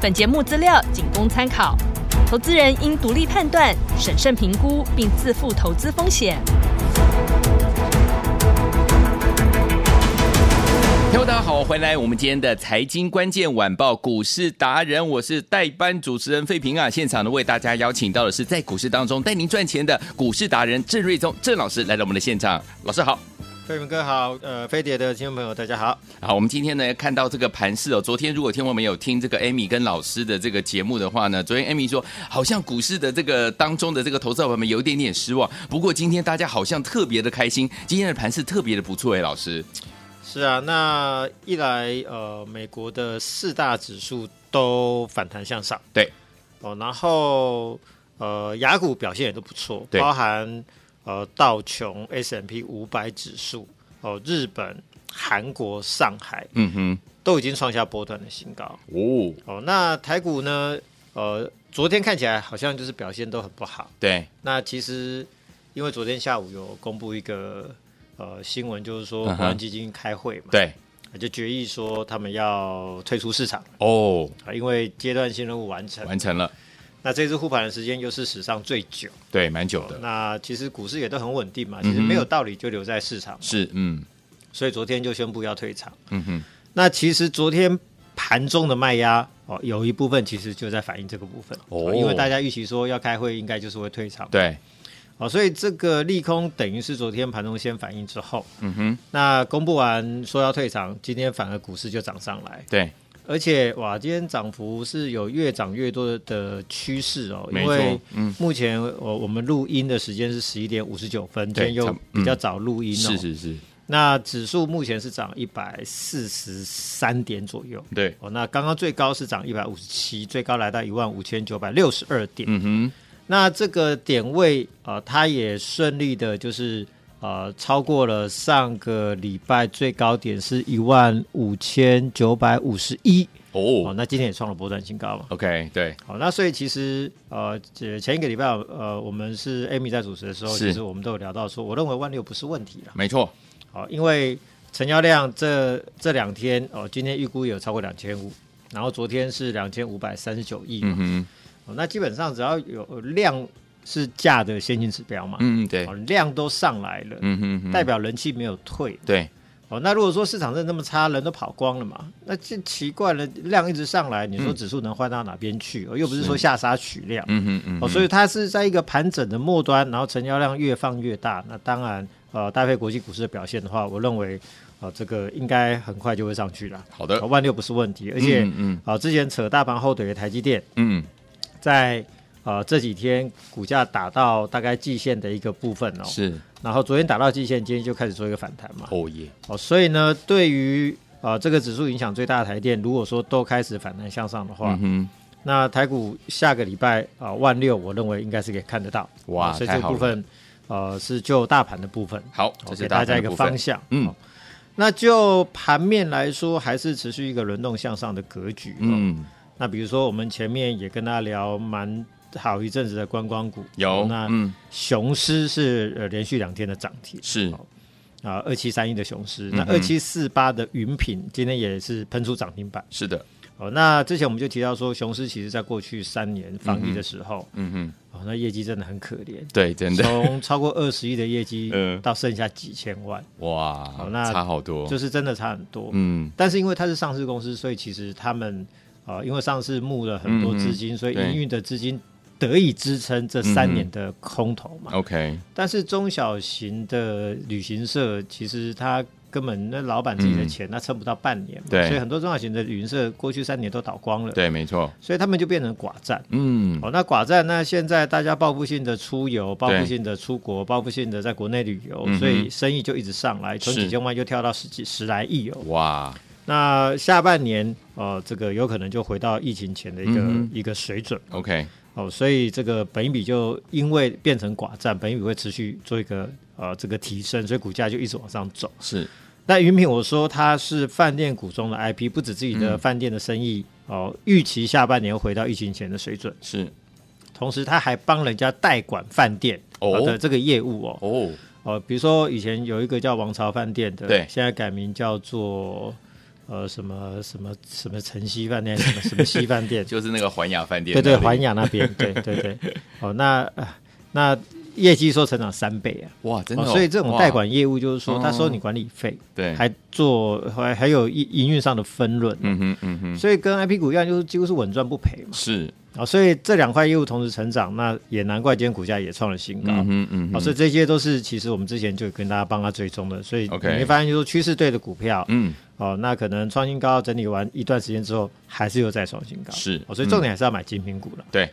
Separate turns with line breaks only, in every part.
本节目资料仅供参考，投资人应独立判断、审慎评估，并自负投资风险。
听众大家好，欢迎来我们今天的财经关键晚报股市达人，我是代班主持人费平啊。现场呢为大家邀请到的是在股市当中带您赚钱的股市达人郑瑞宗郑老师来到我们的现场，老师好。
飞文哥好，呃，飞碟的听众朋友大家好。
好，我们今天呢看到这个盘势哦，昨天如果听我们有听这个 Amy 跟老师的这个节目的话呢，昨天 Amy 说好像股市的这个当中的这个投资者朋友们有一点点失望，不过今天大家好像特别的开心，今天的盘势特别的不错哎，老师，
是啊，那一来呃，美国的四大指数都反弹向上，
对
哦，然后呃，雅股表现也都不错，
对
包含呃道琼 S M P 五百指数哦，日本、韩国、上海
嗯哼，
都已经创下波段的新高
哦，
哦。那台股呢，呃，昨天看起来好像就是表现都很不好。
对，
那其实因为昨天下午有公布一个呃新闻，就是说
嗯哼
国安基金开会嘛，
对，
就决议说他们要退出市场
哦，
啊，因为阶段性任务完成。
完成了，
那这次护盘的时间又是史上最久，
对，蛮久的。
那其实股市也都很稳定嘛，其实
嗯哼
没有道理就留在市场，
是，嗯
所以昨天就宣布要退场。
嗯哼，
那其实昨天盘中的卖压哦，有一部分其实就在反映这个部分，
哦
因为大家预期说要开会，应该就是会退场。
对，
哦，所以这个利空等于是昨天盘中先反应之后，
嗯哼，
那公布完说要退场，今天反而股市就涨上来，
对，
而且哇，今天涨幅是有越涨越多的趋势哦，
没
因
错
为
嗯
目前我我们录音的时间是十一点五十九分，今
对
天又
差不
比较早录音哦，
是是是，
那指数目前是涨一百四十三点左右。
对，
哦，那刚刚最高是涨一百五十七，最高来到一万五千九百六十二点。
嗯哼，
那这个点位啊、呃，它也顺利的，就是呃，超过了上个礼拜最高点是一万五千九百五十一，哦，
哦
那今天也创了波段新高嘛。
，OK，对，
好、那所以其实呃，这前一个礼拜呃，我们是 Amy 在主持的时候，
是
其实我们都有聊到说，我认为万六不是问题啦，
没错，
好、因为成交量这这两天哦、今天预估有超过两千五，然后昨天是两千五百三十九亿
嗯
嘛，
哼，
哦，那基本上只要有呃量是价的先行指标嘛，
嗯对
哦，，量都上来了，
嗯哼哼，
代表人气没有退。
对，
哦，那如果说市场真的那么差，人都跑光了嘛，那这奇怪了，量一直上来，你说指数能换到哪边去？哦，又不是说下杀取量。
嗯哼嗯
哦，所以它是在一个盘整的末端，然后成交量越放越大。那当然，呃，搭配国际股市的表现的话，我认为，呃，这个应该很快就会上去了。
好的
哦，万六不是问题，而且，
嗯嗯
啊、之前扯大盘后腿的台积电，
嗯，
在呃这几天股价打到大概季线的一个部分哦，
是，
然后昨天打到季线，今天就开始做一个反弹嘛，
哦耶，
哦，所以呢，对于呃这个指数影响最大的台电，如果说都开始反弹向上的话，
嗯
那台股下个礼拜啊、呃万六，我认为应该是可以看得到，
哇
哦所以这
太
个
好了
部分呃是就大盘的部分，
哼，好，
哦
这
给
是
大家
盘的
一个
部
方
分，
向，
嗯
哦那就盘面来说，还是持续一个轮动向上的格局、哦。
嗯，
那比如说，我们前面也跟大家聊蛮好一阵子的观光股，哦
有，
那
嗯
雄狮是呃连续两天的涨停
是，
啊，二七三一的雄狮，那
嗯哼
二七四八的云品今天也是喷出涨停板
是的，
哦。那之前我们就提到说，雄狮其实在过去三年防疫的时候，
嗯哼，
哦，那业绩真的很可怜。
对，真的，
从超过二十亿的业绩
嗯，哦
到剩下几千万，
哇
好，那
差好多，
就是真的差很多。
嗯，
但是因为它是上市公司，所以其实他们呃，因为上市募了很多资金，所
嗯
以
对
营运的资金得以支撑这三年的空头嘛。
，OK，
但是中小型的旅行社，其实它根本那老板自己的钱，那撑不到半年嘛，
嗯对
所以很多中小型的旅行社过去三年都倒光了，
对，没错，
所以他们就变成寡占。
嗯，
哦，那寡占，那现在大家报复性的出游、报
对
复性的出国、报复性的在国内旅游，
嗯哼
所以生意就一直上来，从
是
几千万就跳到十几十来亿哦。
哇，
那下半年呃，这个有可能就回到疫情前的一个、
嗯哼
一个水准。
OK，
哦，所以这个本益比就因为变成寡占，本益比会持续做一个呃这个提升，所以股价就一直往上走。
是
那云品我说它是饭店股中的 IP，不止自己的
嗯
饭店的生意哦，预期下半年回到疫情前的水准，
是
同时它还帮人家代管饭店
哦
呃的这个业务哦
哦，
哦，比如说以前有一个叫王朝饭店的，
对
现在改名叫做。呃，什么什么什么晨曦饭店，什么什么西饭店，
就是那个环亚饭店那
对
里，
对，环亚那边，对对对。哦，那呃那业绩说成长三倍啊，
哇，真的哦，
所以这种
哇
代管业务就是说，
哇
他收你管理费，
对，
还做还还有营营运上的分润。
嗯哼嗯哼，
所以跟 IP 股一样，就是几乎是稳赚不赔嘛。
是，
啊、所以这两块业务同时成长，那也难怪今天股价也创了新高。
嗯哼嗯
啊、所
哼，
以这些都是其实我们之前就有跟大家帮他追踪的，所以你
OK
会发现就是说趋势对的股票，
嗯，
哦，那可能创新高整理完一段时间之后，还是又再创新高，
是嗯
哦，所以重点还是要买精品股了。
对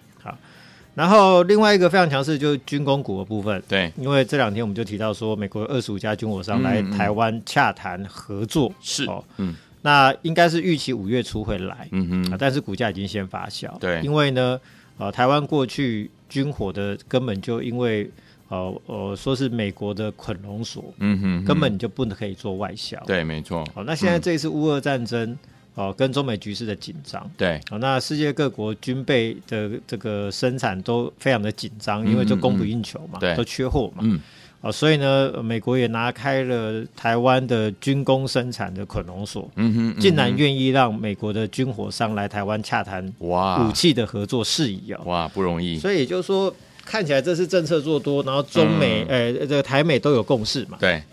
然后另外一个非常强势就是军工股的部分，
对
因为这两天我们就提到说，美国二十五家军火商来
嗯嗯
台湾洽谈合作，
是
哦，，
嗯
那应该是预期五月初会来，
嗯
啊
哼，
但是股价已经先发酵，
对
因为呢，呃，台湾过去军火的根本就因为呃呃说是美国的捆龙锁，
嗯哼，
根本你就不能可以做外销，，哦
对，嗯没错，
好、那现在这一次乌俄战争，哦、跟中美局势的紧张。
对，
好，那世界各国军备的这个生产都非常的紧张，因为就供不应求
嗯
嘛，
对
都缺货嘛。
嗯，
啊，所以呢，呃美国也拿开了台湾的军工生产的捆龙锁，
嗯哼，嗯
竟然愿意让美国的军火商来台湾洽谈
哇
武器的合作事宜哦。
哇不容易，
所以也就是说，看起来这是政策做多，然后中美、
嗯
呃这个台美都有共识嘛，
对，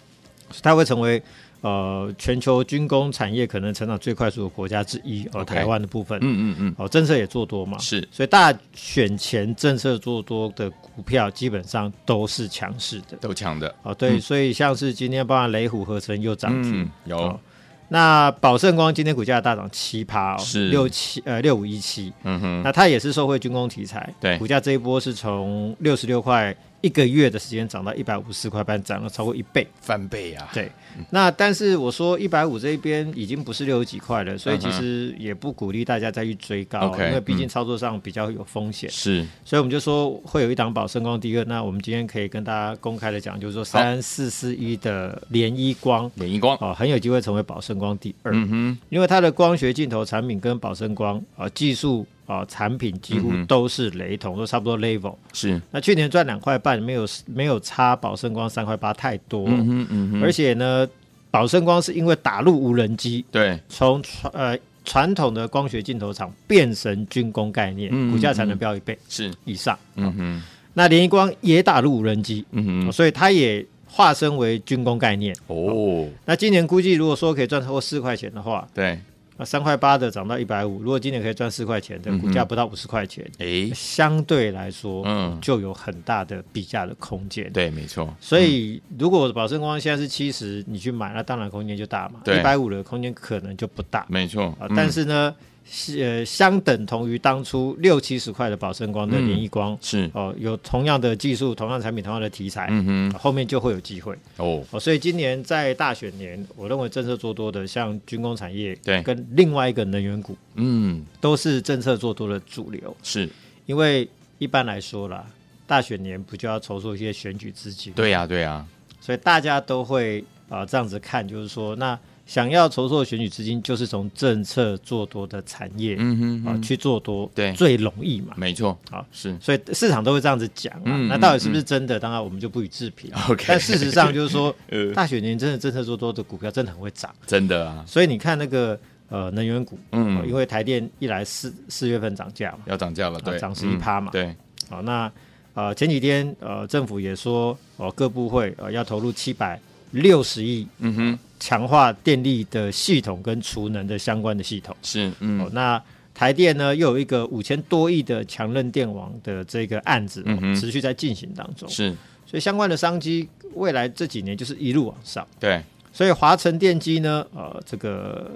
它会成为呃全球军工产业可能成长最快速的国家之一，而、呃、
OK
台湾的部分。
嗯嗯嗯，
哦，政策也做多嘛，
是
所以大选前政策做多的股票基本上都是强势的。
都强的，
哦，对，
嗯
所以像是今天包含雷虎合成又涨停，
嗯，有
哦，那宝盛光今天股价大涨七趴哦，
是
六七呃六五一七，
嗯哼，
那它也是受惠军工题材，
对
股价这一波是从六十六块一个月的时间涨到一百五十块半，涨了超过一倍。
翻倍啊，
对，那但是我说一百五这一边已经不是六十几块了，所以
嗯
其
哼
实也不鼓励大家再去追高，
OK，
因为毕竟
嗯
操作上比较有风险，
是，
所以我们就说会有一档宝盛光第二。那我们今天可以跟大家公开的讲，就是说三四四一的联一光
脸一光，
哦，很有机会成为宝盛光第二，
嗯哼，
因为它的光学镜头产品跟宝盛光啊、技术啊、产品几乎
嗯哼
都是雷同，都差不多 level。
是，
那去年赚两块半，没有没有差宝盛光三块八太多，
嗯哼嗯哼，
而且呢，宝盛光是因为打入无人机，
对，
从传呃传统的光学镜头厂变成军工概念，
嗯
股价才能飙一倍
是，
以上。
嗯哼，
那联一光也打入无人机，哦
嗯哼，
所以它也化身为军工概念。
哦，
那今年估计如果说可以赚超过四块钱的话，
对，
那三块八的涨到一百五，如果今年可以赚四块钱的，
嗯哼
股价不到五十块钱，
诶，
相对来说
嗯，
就有很大的比价的空间。
对，没错，
所以，如果宝盛光现在是七十，你去买，那当然空间就大嘛。
对
一百五的空间可能就不大
没错
啊。，但是呢，是呃，相等同于当初六七十块的宝盛光的
嗯
联益光，
是，
哦，有同样的技术、同样的产品、同样的题材，
嗯哼，
后面就会有机会
哦，
哦。所以今年在大选年，我认为政策做多的，像军工产业，
对
跟另外一个能源股，
嗯，
都是政策做多的主流。
是，
因为一般来说啦，大选年不就要筹措一些选举资金？
对呀，对呀，
所以大家都会啊、呃这样子看，就是说，那想要筹措选举资金，就是从政策做多的产业啊、
嗯哼，嗯
去做多，
对
最容易嘛。
没错，
好
是，
所以市场都会这样子讲、啊，
嗯
那到底是不是真的？当然我们就不予置评。啊
OK
但事实上就是 说，
呃
大选年真的政策做多的股票真的很会涨，
真的啊，
所以你看那个呃能源股，
嗯
呃因为台电一来四四月份涨价嘛，
要涨价了，
啊
对，
涨
嗯
11%嘛
对，
好、那呃前几天呃政府也说哦、各部会呃要投入七百六十亿
嗯哼，
强化电力的系统跟储能的相关的系统。
是，
哦
嗯，，
那台电呢又有一个五千多亿的强韧电网的这个案子、哦
嗯哼
持续在进行当中，
是，
所以相关的商机未来这几年就是一路往上。
对，
所以华晨电机呢，呃，这个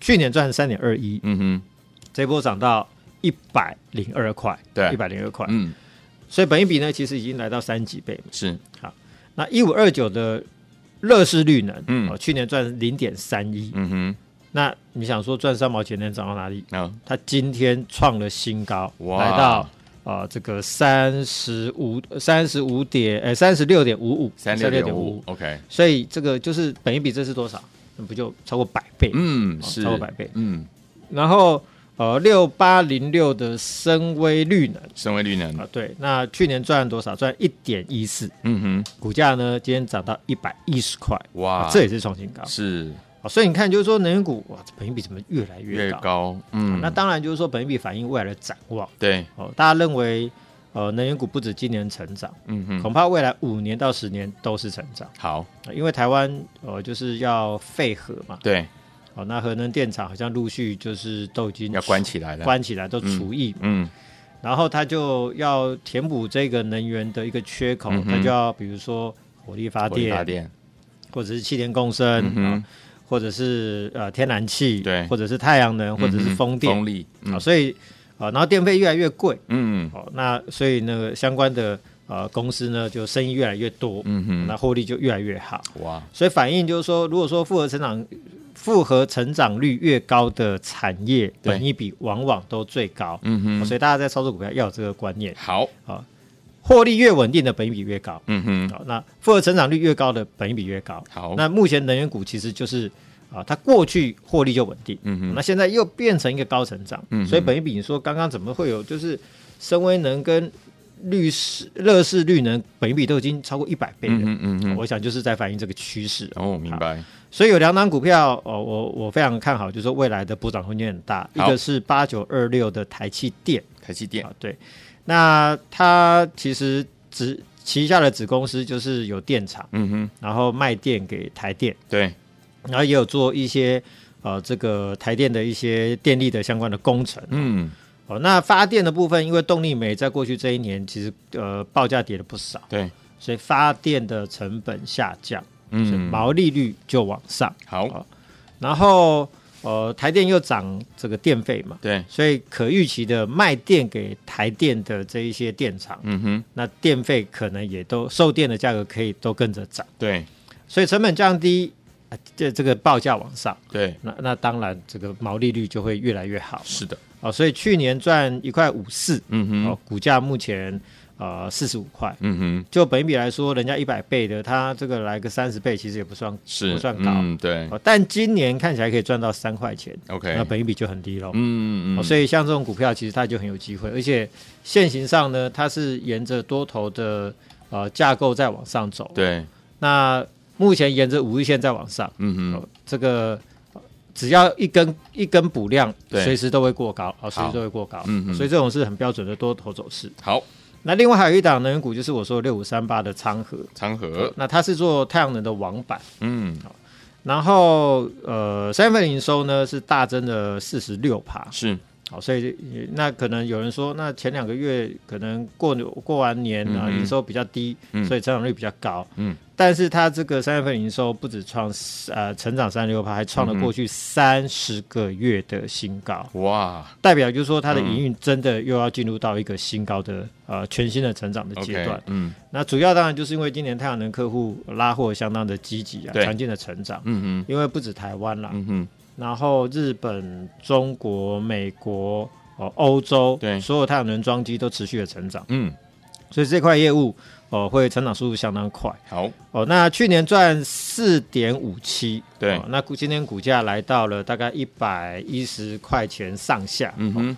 去年赚三点二一，
嗯哼，
这波涨到一百零二块，
对
一百零二块，
嗯，
所以本一比呢其实已经来到三几倍嘛。
是，
那一五二九的乐视绿能，
嗯
哦，去年赚零点三一，
嗯哼，
那你想说赚三毛钱能涨到哪里？
啊，
它今天创了新高，
哇
来到啊、呃这个三十五三十五点呃三十六点五五
三六点五。，OK，
所以这个就是本一比这是多少？那不就超过百倍？
嗯，
哦
是
超过百倍
嗯，
然后呃六八零六的深威绿能
升维率呢？
啊、对，那去年赚了多少？赚一点一四，
嗯
股价呢今天涨到一百一十块，啊
哼，哇，
这也是创新高。
是
啊所以你看，就是说能源股哇，这本益比怎么越来
越
越高？
高，嗯，
那当然就是说本益比反映未来的展望
对，
哦。大家认为呃能源股不止今年成长，
嗯哼，
恐怕未来五年到十年都是成长，
好，
啊因为台湾呃就是要废核嘛，
对，
哦，那核能电厂好像陆续就是都已经
要关起来了，
关起来，都除役，
嗯，
然后它就要填补这个能源的一个缺口，
嗯哼
它就要比如说火力发
火力
电，
发电，
或者是气电共生，
嗯哼
啊或者是呃天然气，
对
或者是太阳能，或者
嗯
是
哼
风电，
风力，
啊，
嗯
所以呃，然后电费越来越贵，
嗯
哦，那所以那个相关的呃公司呢，就生意越来越多，
嗯
那获利就越来越好。
哼，哇，
所以反映就是说，如果说复合成长、复合成长率越高的产业，
对
本益比往往都最高。
嗯
哦
哼，
所以大家在操作股票要有这个观念，
好，
获利越稳定的本益比越高。
嗯哼，
好，那复合成长率越高的本益比越高。
好，
那目前能源股其实就是啊，它过去获利就稳定，
嗯哼
那现在又变成一个高成长，
嗯哼
所以本一比你说刚刚怎么会有就是深威能跟绿市乐视绿能本一比都已经超过一百倍了。哦
嗯哼嗯哼，
我想就是在反映这个趋势，
哦，明白，
所以有两档股票，哦，我我非常看好，就是说未来的补涨空间很大。一
好
个是八九二六的台气电
台积电
啊，，对，那它其实子旗下的子公司就是有电厂，
嗯哼，
然后卖电给台电，
对，
然后也有做一些呃这个台电的一些电力的相关的工程。
嗯，
哦，那发电的部分，因为动力煤在过去这一年其实呃报价跌了不少，
对，
所以发电的成本下降，所以
嗯，
毛利率就往上。
好，
然后呃台电又涨这个电费嘛，
对，
所以可预期的卖电给台电的这一些电厂，
嗯哼，
那电费可能也都售电的价格可以都跟着涨，
对
所以成本降低，啊这、这个报价往上。
对，
那那当然，这个毛利率就会越来越好
是的，
哦。所以去年赚一块五四，
嗯
哦
哼，，
股价目前呃四十五块，
嗯哼，
就本益比来说，人家一百倍的，它这个来个三十倍，其实也不算
是
不算高、
嗯，对
哦。但今年看起来可以赚到三块钱，
，OK，
那本益比就很低喽。
嗯嗯
哦
嗯，
所以像这种股票，其实它就很有机会，而且现行上呢，它是沿着多头的呃架构在往上走。，
对，
那目前沿着五日线在往上，
嗯哼
哦，这个呃只要一根一根补量，
对
随时都会过高，啊，随
好
时都会过高，
嗯嗯
所以这种是很标准的多头走势。
好，
那另外还有一档能源股，就是我说六五三八的昌河，
长河，
那它是做太阳能的网板，
嗯，
然后呃三月份营收呢是大增了四十六趴，
是，
好，所以呃那可能有人说，那前两个月可能过过完年啊，
嗯嗯
营收比较低，
嗯
所以成长率比较高。
嗯，
但是它这个三月份营收不止创呃成长三六趴，还创
嗯哼
了过去三十个月的新高，
哇
代表就是说它的营
嗯
运真的又要进入到一个新高的呃全新的成长的阶段
，OK，。嗯
那主要当然就是因为今年太阳能客户拉货相当的积极啊，
对
强劲的成长。
嗯哼，
因为不止台湾啦，
嗯哼，
然后日本、中国、美国、哦欧洲，
对
所有太阳能装机都持续的成长，
嗯，
所以这块业务哦会成长速度相当快
好，
哦。那去年赚四点五七，
对
哦那股今天股价来到了大概一百一十块钱上下，
嗯
哦
哼，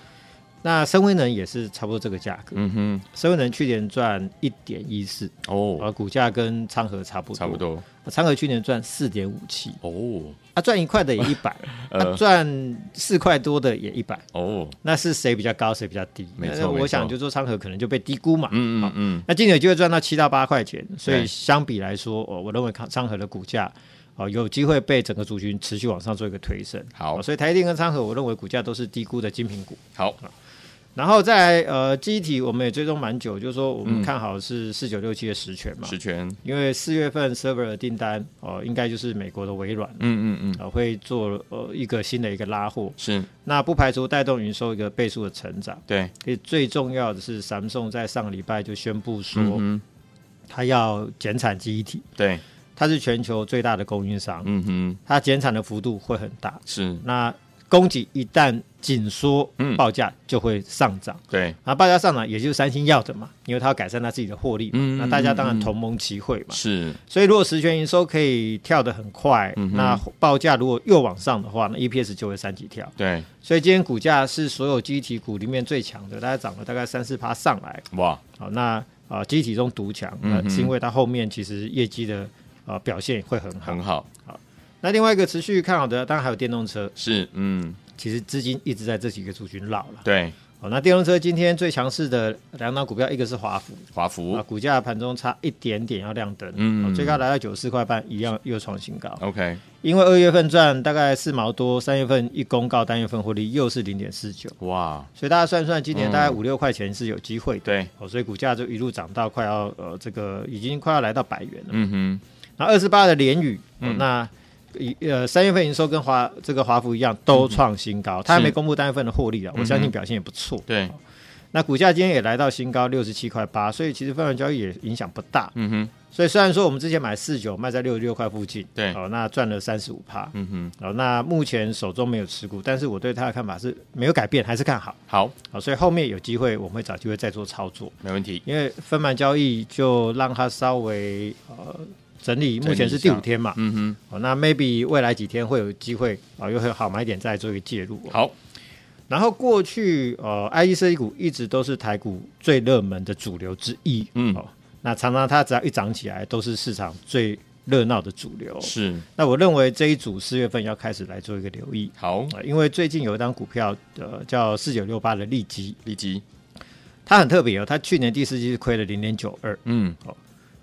那深威能也是差不多这个价格，
嗯哼，
深威能去年赚一点一四，
哦，
而股价跟昌河差不多，
差不，多，
昌河去年赚四点五七，
哦，
他赚一块的也一百，他
呃
赚四块多的也一百。
哦，
那是谁比较高，谁比较低？
没错
那
没错
我想就说昌河可能就被低估嘛。
嗯嗯嗯，
那今年有机会赚到七到八块钱，所
对
以相比来说，哦，我认为康昌河的股价哦有机会被整个族群持续往上做一个推升。
好
哦所以台电跟昌河，我认为股价都是低估的精品股。
好，
然后再来呃，机体我们也追踪蛮久，就是说我
嗯
们看好是四九六七的实权嘛，
十全，
因为四月份 server 的订单哦、应该就是美国的微软。
嗯嗯嗯，
呃，会做呃一个新的一个拉货，
是
那不排除带动营收一个倍数的成长。
对，
可以最重要的是，Samsung
嗯
在上个礼拜就宣布说，
嗯哼，
它要减产记忆体。
对，
它是全球最大的供应商，
嗯哼，
它减产的幅度会很大。
是，
那供给一旦紧缩
嗯，
报价就会上涨。
对，
啊，报价上涨也就是三星要的嘛，因为它要改善它自己的获利嘛。
嗯
那大家当然同盟齐会嘛。
是，
所以如果实权营收可以跳得很快，
嗯哼
那报价如果又往上的话，那 EPS 就会三级跳。
对，
所以今天股价是所有基体股里面最强的，大概涨了大概三四趴上来。
哇，
好、那啊，基体中独强，那、
嗯哼
是因为它后面其实业绩的呃表现会很好。
很好，
那另外一个持续看好的，当然还有电动车，
是，嗯，
其实资金一直在这几个族群绕了。
对，
好、那电动车今天最强势的两档股票，一个是华孚，
华
啊，
孚
股价盘中差一点点要亮灯，
哦嗯
哦最高来到九十四块半，一样又创新高。
，OK，
因为二月份赚大概四毛多，三月份一公告单月份获利又是零点四九，
哇，
所以大家算算，今
嗯
年大概五六块钱是有机会的。
对，
哦，所以股价就一路涨到快要呃，这个已经快要来到百元了。
嗯哼，
那二十八的联宇，哦
嗯
那一呃三月份营收跟华这个华孚一样都创新
嗯
高，它还没公布单月份的获利啊，我相信表现也不错。
对，
那股价今天也来到新高六十七块八，所以其实分盘交易也影响不大。
嗯哼，
所以虽然说我们之前买四九卖在六十六块附近，
对
哦，那赚了三十五趴，
嗯哼，
哦，那目前手中没有持股，但是我对它的看法是没有改变，还是看好，
好，
哦，所以后面有机会我们会找机会再做操作，
没问题，
因为分盘交易就让它稍微呃整理，
整理
目前是第五天嘛，
嗯
哦，那 maybe 未来几天会有机会啊、哦，又会好买点再做一个介入、
哼，，好，
然后过去呃，IE 设计股一直都是台股最热门的主流之一，
嗯
哦，那常常它只要一涨起来，都是市场最热闹的主流。
是，
那我认为这一组四月份要开始来做一个留意
好，
啊、呃因为最近有一档股票呃叫四九六八的利基，
立即，
它很特别哦，它去年第四季是亏了零点九二，
嗯，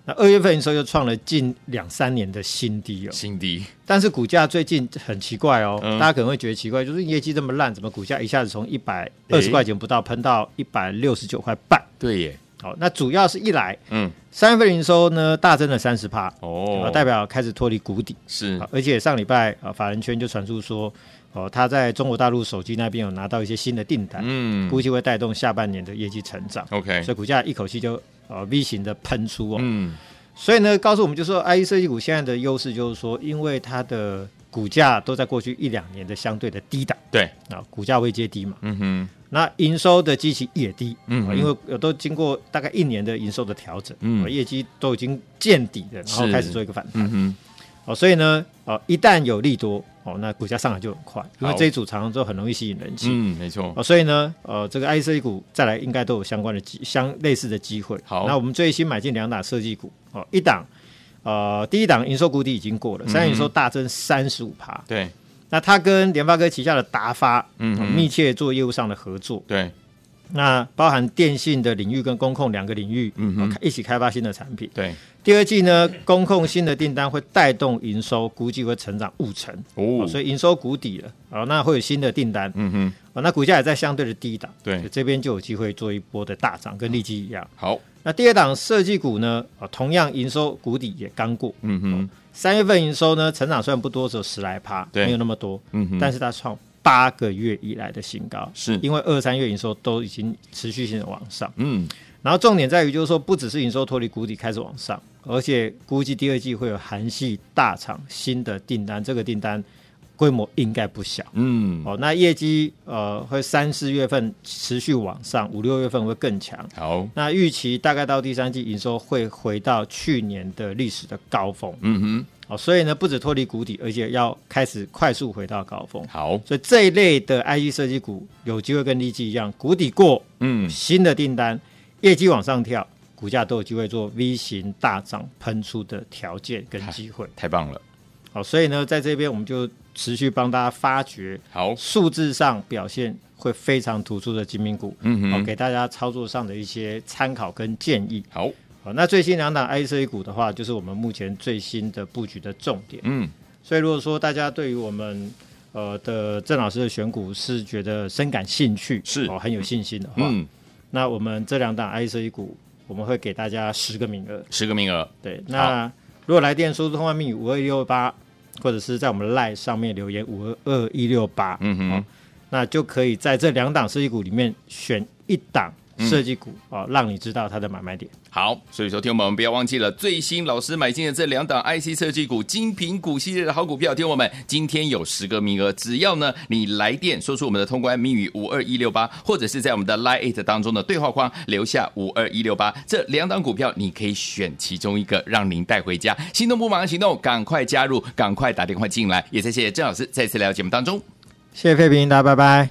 那二月份营收又创了近两三年的新低哦，
新低，
但是股价最近很奇怪哦，
嗯
大家可能会觉得奇怪，就是业绩这么烂，怎么股价一下子从一百二十块钱不到喷到一百六十九块半？
对耶，
好、那主要是一来
嗯，
三月份营收呢大增了三十趴，
哦嗯
呃，代表开始脱离谷底。
是
好，而且上礼拜啊、呃法人圈就传出说，哦、他在中国大陆手机那边有拿到一些新的订单，
嗯
估计会带动下半年的业绩成长，
，OK，
所以股价一口气就呃 V 型的喷出哦。
嗯，
所以呢，告诉我们就说，IE 设计股现在的优势就是说，因为它的股价都在过去一两年的相对的低档
对，
啊，股价未接低嘛，
嗯哼，
那营收的基期也低，
嗯
啊因为呃都经过大概一年的营收的调整，
嗯
啊业绩都已经见底了，然后
是
开始做一个反弹，
嗯哼，
哦，所以呢，哦，一旦有利多，哦，那股价上来就很快，因为
好
这一组常常都很容易吸引人气，
嗯，没错，
哦，所以呢，呃，这个 IC 设计股再来应该都有相关的机相类似的机会。
好
那我们最新买进两档设计股，哦，一档，呃，第一档营收谷底已经
嗯
过了，三月营收大增三十五趴。
对，
那它跟联发科旗下的达发，
嗯
哦
哼
密切做业务上的合作，
对，
那包含电信的领域跟工控两个领域，
嗯哼
哦一起开发新的产品。
对，
第二季呢，工控新的订单会带动营收，估计会成长五成，
哦
哦，所以营收谷底了，哦，那会有新的订单，
嗯哼，
哦，那股价也在相对的低档，
对
所以这边就有机会做一波的大涨，跟利基一样。
好，
那第二档设计股呢，啊，同样营收谷底也刚过，
嗯哼，
三月份营收呢成长虽然不多，只有十来趴，
对
没有那么多，
嗯哼，嗯
但
是
是它创八个月以来的新高，
是，
因为二三月营收都已经持续性的往上，
嗯，
然后重点在于就是说，不只是营收脱离谷底开始往上，而且估计第二季会有韩系大厂新的订单，这个订单规模应该不小。
嗯，
哦，那业绩呃会三四月份持续往上，五六月份会更强。
好，
那预期大概到第三季营收会回到去年的历史的高峰
嗯
哦，所以呢不止脱离谷底，而且要开始快速回到高峰
哼，。好，
所以这一类的 IE 设计股有机会跟利基一样，谷底过，
嗯，
新的订单，业绩往上跳，股价都有机会做 V 型大涨喷出的条件跟机会。
太棒了，
好，所以呢在这边我们就持续帮大家发掘
好，
数字上表现会非常突出的精品股，
嗯
好、
哼
给大家操作上的一些参考跟建议。
好，
好、那最新两档 I C E 股的话，就是我们目前最新的布局的重点。
嗯，
所以如果说大家对于我们呃的郑老师的选股是觉得深感兴趣，
是
哦很有信心的话，
嗯，
那我们这两档 I C E 股我们会给大家十个名额。
十个名额，
对，那如果来电说通话密语五二一六八，或者是在我们 LINE 上面留言五二二一六八，
嗯哼
哦，那就可以在这两档设计股里面选一档设计股啊、让你知道它的买卖点。
好，所以说听我们不要忘记了，最新老师买进的这两档 IC 设计股精品股系列的好股票，听我们今天有十个名额，只要呢你来电说出我们的通关密语五二一六八，或者是在我们的 Line It 当中的对话框留下五二一六八，这两档股票你可以选其中一个，让您带回家。心动不马上行动，赶快加入，赶快打电话进来。也谢谢郑老师再次来到节目当中。
谢谢费平，大家拜拜。